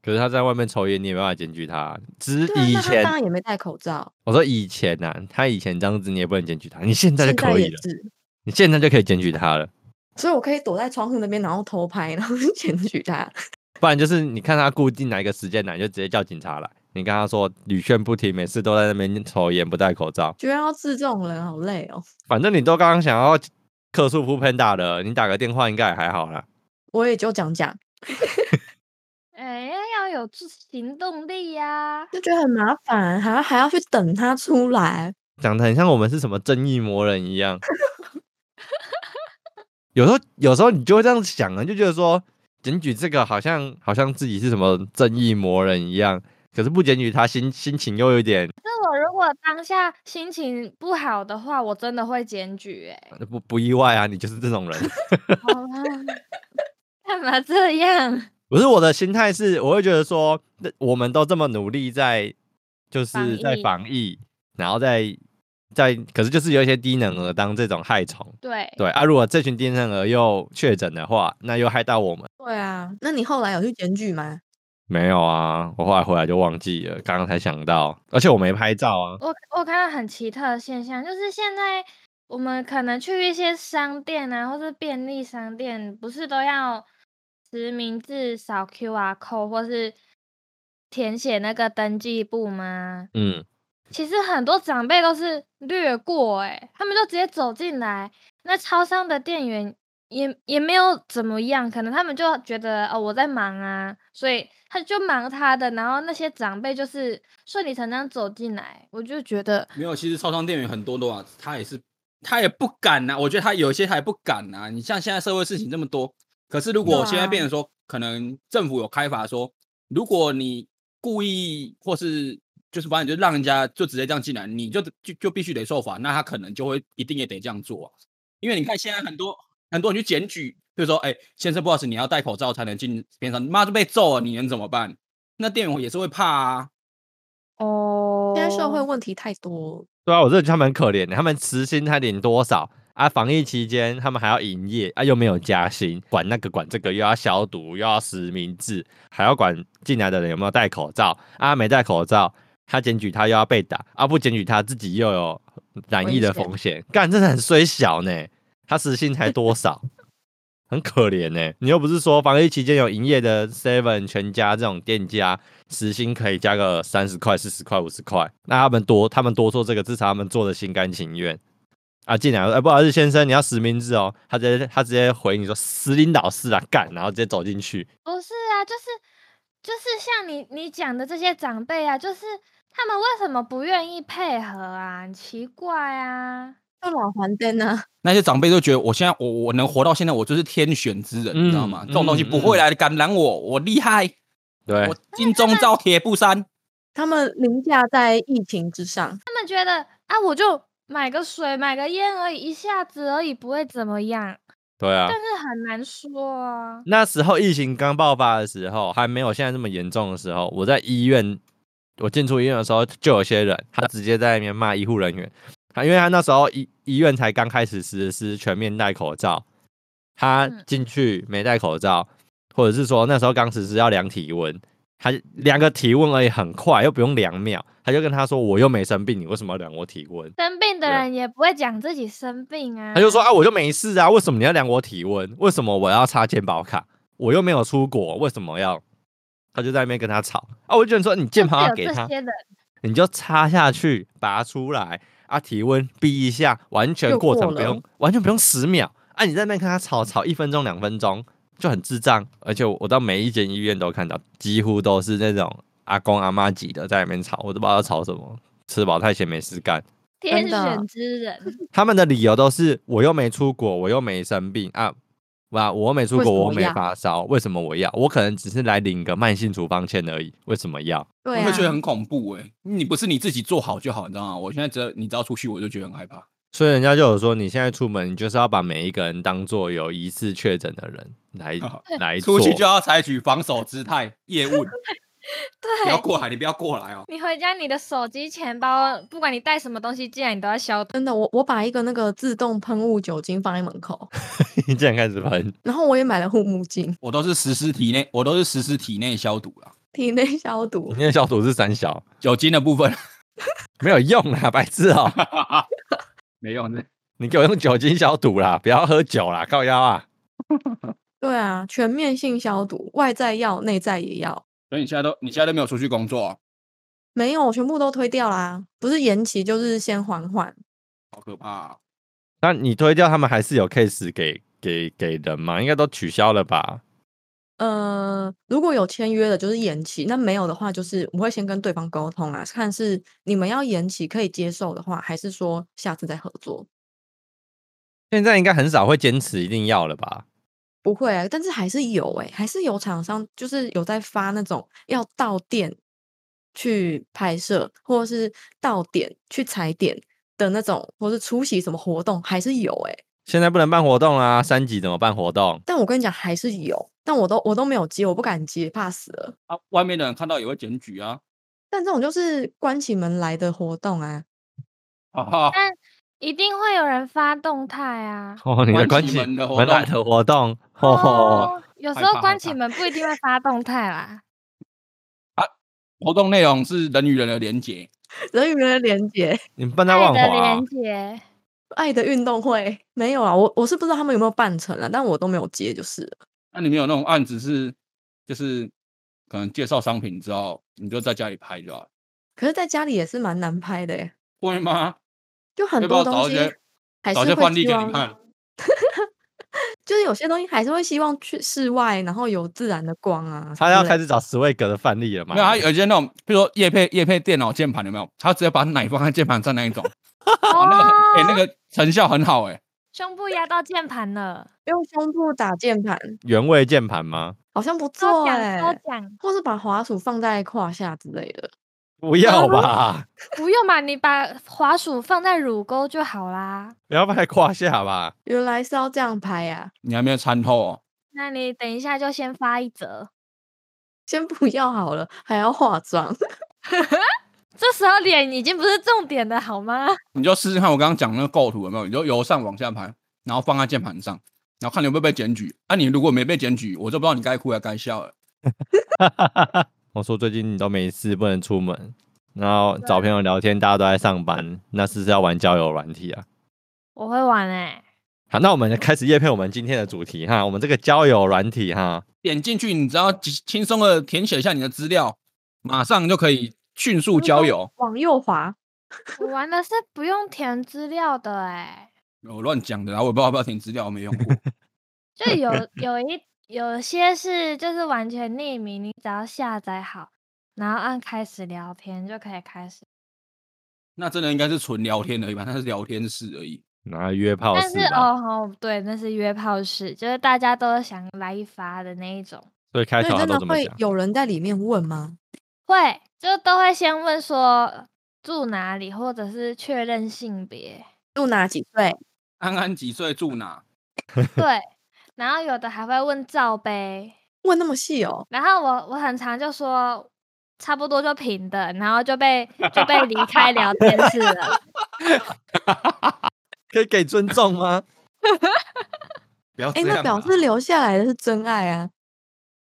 可是他在外面抽烟，你也没办法检举他。只是对啊，以那他前，当然也没戴口罩，我说以前呐、他以前这样子，你也不能检举他。你现在现就在可以也了，是。你现在就可以检举他了。所以我可以躲在窗户那边，然后偷拍，然后 去检举他。不然就是你看他固定哪一个时间来，你就直接叫警察来。你跟他说屡劝不听，每次都在那边抽烟，不戴口罩。觉得要治这种人好累哦。反正你都刚刚想要客诉铺 Panda 了，你打个电话应该也还好啦。我也就讲讲，哎，要有自行动力呀、就觉得很麻烦，还要还要去等他出来。讲的很像我们是什么正义魔人一样。有时候，有时候你就会这样想啊，就觉得说检举这个好像好像自己是什么正义魔人一样，可是不检举他心心情又有点那我如果当下心情不好的话，我真的会检举、欸。呃不不意外啊，你就是这 种人。好啦，干嘛这样？ 不是我的心态是，我会觉得说，那我们都这么努力在就是防在疫防疫，然后在在，可是就是有一些低能儿当这种害虫。对，对啊，如果这群低能儿又确诊的话，那又害到我们。对啊，那你后来有去检举吗？没有啊，我后来回来就忘记了，刚刚才想到，而且我没拍照啊。我我看到很奇特的现象，就是现在我们可能去一些商店啊，或是便利商店，不是都要实名制扫 QR code 或是填写那个登记簿吗？嗯，其实很多长辈都是略过、欸，他们就直接走进来。那超商的店员也也没有怎么样，可能他们就觉得哦我在忙啊，所以他就忙他的。然后那些长辈就是顺理成章走进来，我就觉得没有，其实超商店员很多的啊，他也是他也不敢呐、我觉得他有一些他也不敢呐、你像现在社会事情这么多，可是如果对现在变啊成说，可能政府有开法说，如果你故意或是就是反正就让人家就直接这样进来，你就就就必须得受罚，那他可能就会一定也得这样做啊、因为你看现在很多很多人去检举，就说，哎、先生不好意思，你要戴口罩才能进边上，妈就被揍了，你能怎么办？那店员也是会怕啊，哦，现在社会问题太多了，对啊，我真的觉得他们很可怜的，他们时薪才领多少啊？防疫期间他们还要营业啊，又没有加薪，管那个管这个，又要消毒，又要实名制，还要管进来的人有没有戴口罩啊？没戴口罩，他检举他又要被打啊，不检举他自己又有染疫的危险风险，干真的很衰小呢。他时薪才多少？很可怜呢、你又不是说防疫期间有营业的 Seven、全家这种店家，时薪可以加个三十块、四十块、五十块，那他们多他们多做这个，至少他们做的心甘情愿啊。进来，哎、不好意思，先生，你要实名制哦。他直接他直接回你说死领导是啊，干，然后直接走进去。不是啊，就是就是像你你讲的这些长辈啊，就是他们为什么不愿意配合啊？很奇怪啊！就老还灯啊，那些长辈都觉得我现在我我能活到现在，我就是天选之人，你知道吗？嗯这种东西嗯不会嗯来感染我，我厉害，对我，金钟罩铁布衫。他们凌驾在疫情之上，他们觉得啊，我就买个水、买个烟而已，一下子而已，不会怎么样。对啊但。是很难说啊。那时候疫情刚爆发的时候，还没有现在这么严重的时候，我在医院，我进出医院的时候，就有些人他直接在那边骂医护人员，他因为他那时候医医院才刚开始实施全面戴口罩，他嗯进去没戴口罩，或者是说那时候刚实施要量体温，他就量个体温而已，很快又不用量秒，他就跟他说我又没生病，你为什么要量我体温？生病的对啊人也不会讲自己生病啊。他就说啊，我就没事啊，为什么你要量我体温？为什么我要插健保卡？我又没有出国，为什么要？他就在那边跟他吵啊，我就觉得说你健保就是卡有给这他，些的，你就插下去拔出来啊，体温逼一下，完全就过程过不了用，完全不用十秒啊，你在那边跟他吵吵一分钟两分钟就很智障，而且我到每一间医院都看到，几乎都是那种阿公阿妈级的在那边吵，我都不知道在吵什么，吃饱太闲没事干。天真的选之 人，他们的理由都是我又没出国，我又没生病啊，哇，我又没出为国，什么我没要发烧，为什么我要？我可能只是来领个慢性处方签而已，为什么要？对我啊会，觉得很恐怖哎、你不是你自己做好就好，你知道吗？我现在只要你只要出去，我就觉得很害怕。所以人家就有说，你现在出门，你就是要把每一个人当做有疑似确诊的人来来哦 出做去就要采取防守姿态，业 务不要对。过来，你不要过来哦。你回家，你的手机、钱包，不管你带什么东西进来，你都要消毒。真的，我我把一个那个自动喷雾酒精放在门口， 你竟然开始喷，然后我也买了护目镜，我都是实施体内，我都是实施体内消毒啦。体内消毒你。那消毒是三小，酒精的部分 没有用啦，白痴哦、没用的，你给我用酒精消毒啦，不要喝酒啦，靠腰啊！对啊，全面性消毒，外在要，内在也要。所以你现在都你现在都没有出去工作啊、没有，全部都推掉啦，不是延期就是先缓缓。好可怕、啊！那你推掉他们还是有 case 给给给人吗？应该都取消了吧？呃，如果有签约的，就是延期；那没有的话，就是我会先跟对方沟通啊，看是你们要延期可以接受的话，还是说下次再合作。现在应该很少会坚持一定要了吧？不会啊，但是还是有诶、还是有厂商就是有在发那种要到店去拍摄，或是到点去踩点的那种，或是出席什么活动，还是有诶、现在不能办活动啦，三级怎么办活动？但我跟你讲，还是有，但我都我都没有接，我不敢接，怕死了。啊，外面的人看到也会检举啊。 但这种就是关起门来的活动啊，哈哈，一定会有人发动态啊。哦，你的关关起起门的活门来动的活动， 哦，哦，有时害怕候害关起怕门不一定会发动态 啦。活动内容是人与人的连结，人与人的连接，你们办在爱万的华啊连， 接，爱的运动会没有啊，我我是不知道他们有没有办成啊，但我都没有接就是了。那你们有那种案子是就是可能介绍商品之后，你就在家里拍就好了，可是在家里也是蛮难拍的耶，会吗？就很要不要多找东一西些还找一是些会范例希给望你，看？就是有些东西还是会希望去室外，然后有自然的光啊。他要开始始找十位格的范例了嘛？没有，他有一些那种，比如说叶配叶配电脑键盘有没有？他直接把奶放在键盘上那一 种，哦哇，那个很哎、那个成效很好哎、哦胸部压到键盘了，用胸部打键盘，原味键盘吗？好像不抽错奖哎、抽奖，或是把滑鼠放在胯下之类的。不要 吧，不用嘛，你把滑鼠放在乳沟就好啦。不要放在胯下吧。 原来是要这样拍啊呀、你还没有参透哦。那你等一下就先发一则，先不要好了，还要化妆。这时候脸已经不是重点的好吗？你就试试看我刚刚讲那个构图有没有，你就由上往下拍，然后放在键盘上，然后看你会不会被检举。啊，你如果没被检举，我就不知道你该哭还该笑了。我说最近你都没事，不能出门，然后找朋友聊天，大家都在上班，那是不是要玩交友软体啊？我会玩哎、好，那我们开始夜配我们今天的主题哈，我们这个交友软体哈，点进去，你只要轻轻松的填写一下你的资料，马上就可以迅速嗯交友。往右滑，我玩的是不用填资料的哎、我乱讲的啦，啊我也不知道要不要填资料，我没用过。就 有有一有些是就是完全匿名，你只要下载好，然后按开始聊天就可以开始。那真的应该是纯聊天而已吧？那是聊天室而已。然后约炮但是吧，哦吼，对，那是约炮式，就是大家都想来一发的那一种。所以开那头你真都的这么会讲。有人在里面问吗？会，就都会先问说住哪里，或者是确认性别，住哪几岁？安安几岁，住哪？对，然后有的还会问罩杯，问那么细哦、然后我我很常就说差不多就平的，然后就 被就被离开聊天室了，可以给尊重吗？不要这哎、样嘛。啊那表示留下来的是真爱啊！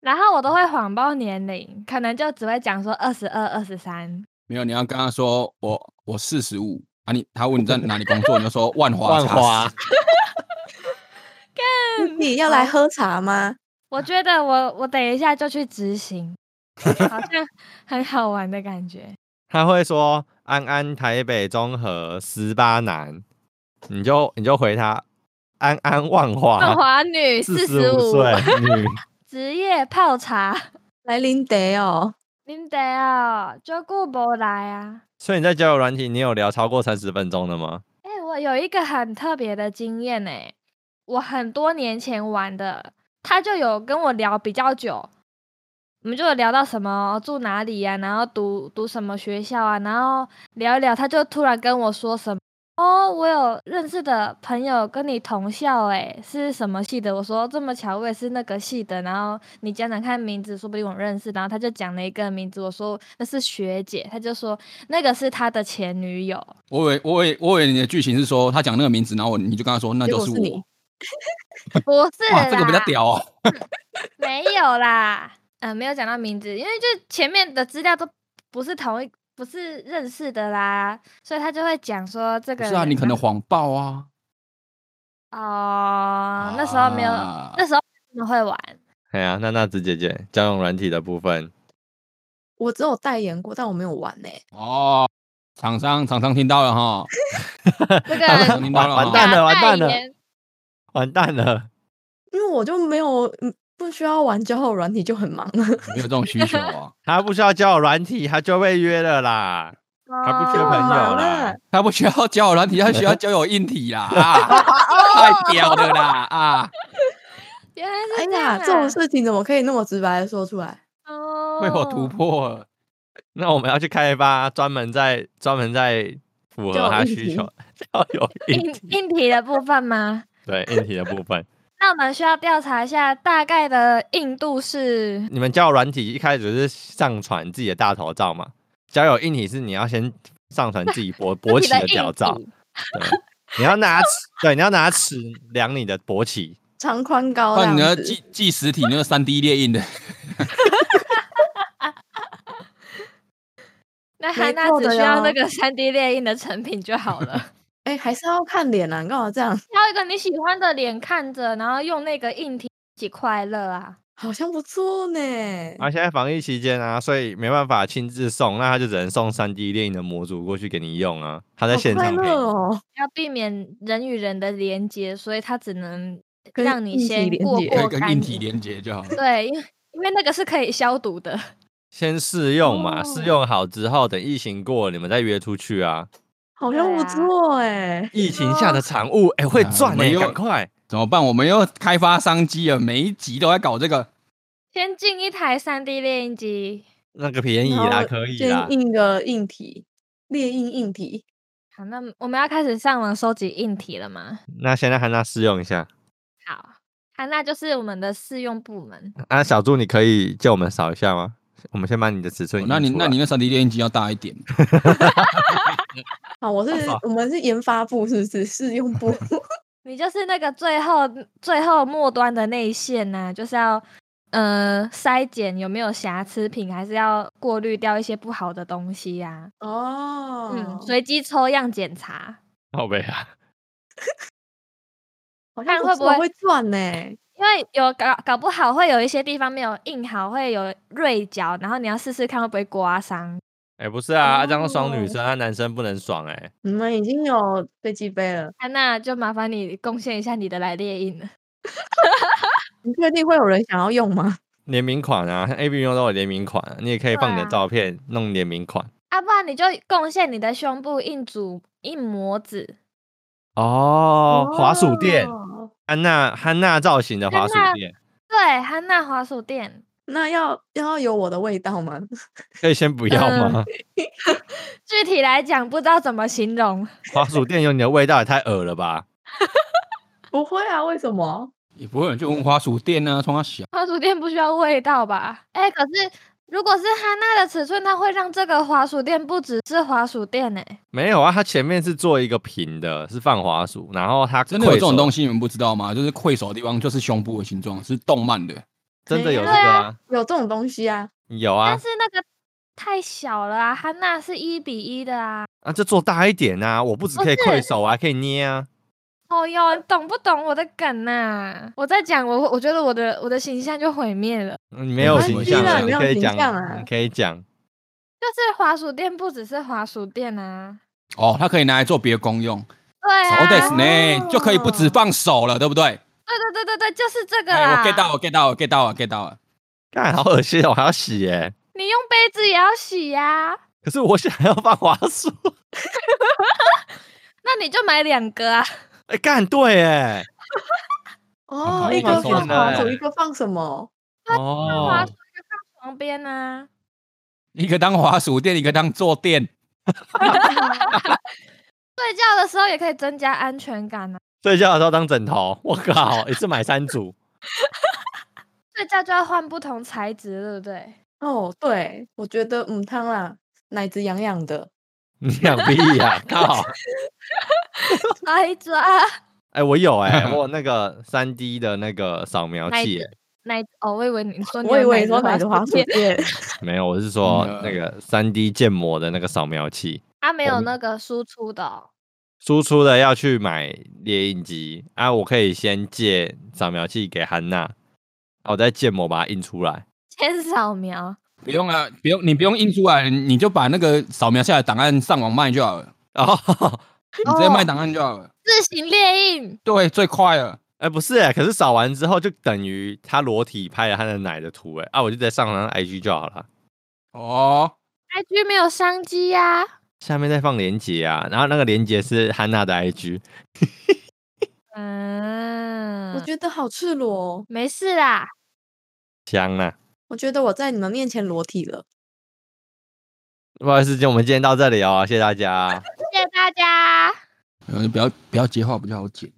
然后我都会谎报年龄，可能就只会讲说二十二、二十三，没有，你要跟他说我我四十五啊你。他问你在哪里工作，你就说万华。万华。你要来喝茶吗？我觉得我我等一下就去执行，好像很好玩的感 觉。他会说安安台北综合十八男，你就你就回他安安万万华华女四啊十十五五，岁女，职业泡茶。来林德哦、恁得啊，照顾不来啊。所以你在交友软体，你有聊超过三十分钟的吗？哎、我有一个很特别的经验呢、我很多年前玩的，他就有跟我聊比较久，我们就有聊到什么住哪里呀、然后读读什么学校啊，然后聊一聊，他就突然跟我说什么。哦，我有认识的朋友跟你同校、欸，是什么系的？我说这么巧，我也是那个系的。然后你讲讲看名字，说不定我认识。然后他就讲了一个名字，我说那是学姐，他就说那个是他的前女友。我以为我以为我以为你的剧情是说他讲那个名字，然后我你就跟他说那结就果是是你我。不是啦，哇，这个比较屌哦。 没有啦，嗯、没有讲到名字，因为就前面的资料都不是同一，不是认识的啦，所以他就会讲说这不个是啊，人你可能他谎报啊。哦、那时候没有，啊那时候真的会玩，哎呀、那娜子姐姐交友软体的部分，我只有代言过，但我没有玩呢、哦，厂商厂商听到了哈，这个完人你到了 完哦蛋了，完假蛋代了，言完蛋了！因为我就没有嗯不需要玩交友软体就很忙了。 有没有这种需求啊？他不需要交友软体，他就被约了啦，他不缺就朋很友哦忙啦啊。他不需要交友软体，他需要交友硬体啦，啊太屌了啦啊！原来哎是这样、呀，啊，这种事情怎么可以那么直白的说出来？哦，被我突破了，那我们要去开发专门在专门在符交友合他硬需体求 交友硬硬体硬体的部分吗？对硬体的部分。那我们需要调查一下大概的硬度是 你们交友软体一开始是上传自己的大头照嘛？交友硬体是你要先上传自己 勃勃自己起的硬屌照度，对，你要拿尺，对，你要拿尺量你的勃起，长宽高不哦这然样你要子，记记实体那个三 D 列印的，那没汉娜错只的需要那哟个三 D 列印的成品就好了。哎、还是要看脸啊！你干嘛这样？ 挑一个你喜欢的脸看着，然后用那个硬体一起快乐啊。好像不错呢、嗯啊，现在防疫期间啊，所以没办法亲自送，那他就只能送三 D 列印的模组过去给你用啊，他在好现快场给乐你。哦！要避免人与人的连接，所以它只能跟让你硬体先连过接可以过跟干硬瘾体连接就好了。对，因为因为那个是可以消毒的。先试用嘛，试哦用好之后，等疫情过了，你们再约出去啊。好像对不啊错哎、疫情下的产物，哎、会啊赚我哎、们又赶快！怎么办？我们又开发商机了，每一集都在搞这个。先进一台三 D 打印机，那个便宜然啦，后可以先啦。印个硬体，列印硬体，好，那我们要开始上网收集硬体了吗？那先让汉娜试用一下。好，啊，那就是我们的试用部门。啊，小猪，你可以借我们扫一下吗？我们先把你的尺哦寸印出那来。你那你 那三 D 打印机要大一点，好， 我是我们是研发部，是不是试用部？ 你就是那个最后最后末端的那一线呐、就是要呃筛检有没有瑕疵品，还是要过滤掉一些不好的东西呀、哦，嗯，随机抽样检查，宝贝啊，好看像会不错会会赚呢、因为有搞搞不好会有一些地方没有印好，会有锐角，然后你要试试看会不会刮伤。 哎、不是啊，啊这样爽女哦生，啊男生不能爽哎、你们已经有飞机杯了，啊、那就麻烦你贡献一下你的来列印了。你确定会有人想要用吗？联名款啊，A B 用都有联名款啊，你也可以放你的对啊照片、弄联名款。啊，不然你就贡献你的胸部印组印模子，哦，滑鼠垫，哦安娜汉娜造型的滑鼠汉娜垫，对，汉娜滑鼠垫，那要要有我的味道吗？ 可以先不要吗？具体来讲不知道怎么形容。滑鼠垫有你的味道也太恶了吧？不会啊，为什么？也不会有人去问花鼠店啊，冲它小。滑鼠垫不需要味道吧？哎、可是如果是汉娜的尺寸，它会让这个滑鼠垫不只是滑鼠垫呢、没有啊，它前面是做一个平的，是放滑鼠，然后它真的有这种东西，西，你们不知道吗？就是溃手的地方就是胸部的形状，是动漫的。真的有这个对啊啊，有这种东西啊？有啊但是，那个太小了啊，汉娜是一比一的啊。啊，就做大一点啊，我不只可以不溃是手，我还可以捏啊。哦哟，你懂不懂我的梗呐、我在讲我，我觉得我的我的形象就毁灭了。嗯你没有关形系象啦啊，没你有可以形讲象啊你可以讲。就是滑鼠垫不只是滑鼠垫啊，哦，它可以拿来做别的功用，对啊，好的对呢，就可以不只放手了，对不对？对对对对，啊就是这个哎，啦。我 get 到，我 get 到，我 get 到，我 get 到了。干，好恶心哦，我还要洗耶、你用杯子也要洗呀、可是我想要放滑鼠，那你就买两个啊。哎、干对哎，哦，它一放个手放欸呢滑鼠，一个放什么？滑哦鼠，就放床边啊。一个当滑鼠垫，一个当坐垫。睡觉的时候也可以增加安全感啊。睡觉的时候当枕头，我靠，一次买三组，睡觉就要换不同材质，对不对？ 哦，对，我觉得嗯，汤啦，奶子痒痒的，你想屁呀、靠！材质啊，哎、我有哎、我有那个三 D 的那个扫描奶器、子欸，奶哦，我以为你说你我以有啊为你说奶啊子子滑鼠 片垫，没有，我是说嗯那个三 D 建模的那个扫描器，它没我有们那个输出的哦、 输出的要去买猎印机啊，我可以先借扫描器给汉娜，啊，我再建模把它印出来。 先扫描。不用啊，不用，你不用印出来，你就把那个扫描下来的档案上网卖就好了，哦，你直接卖档案就好了。自行列印，对，最快了。哎、不是哎、可是扫完之后就等于他裸体拍了他的奶的图哎、啊，我就直接上传到 IG 就好了。哦， IG 没有商机呀、下面再放链接啊，然后那个链接是汉娜的 IG，嗯，我觉得好赤裸哦，没事啦。香啊！我觉得我在你们面前裸体了。不好意思，今天我们今天到这里哦，谢谢大家。谢谢大家。呃，不要不要接话比较好剪。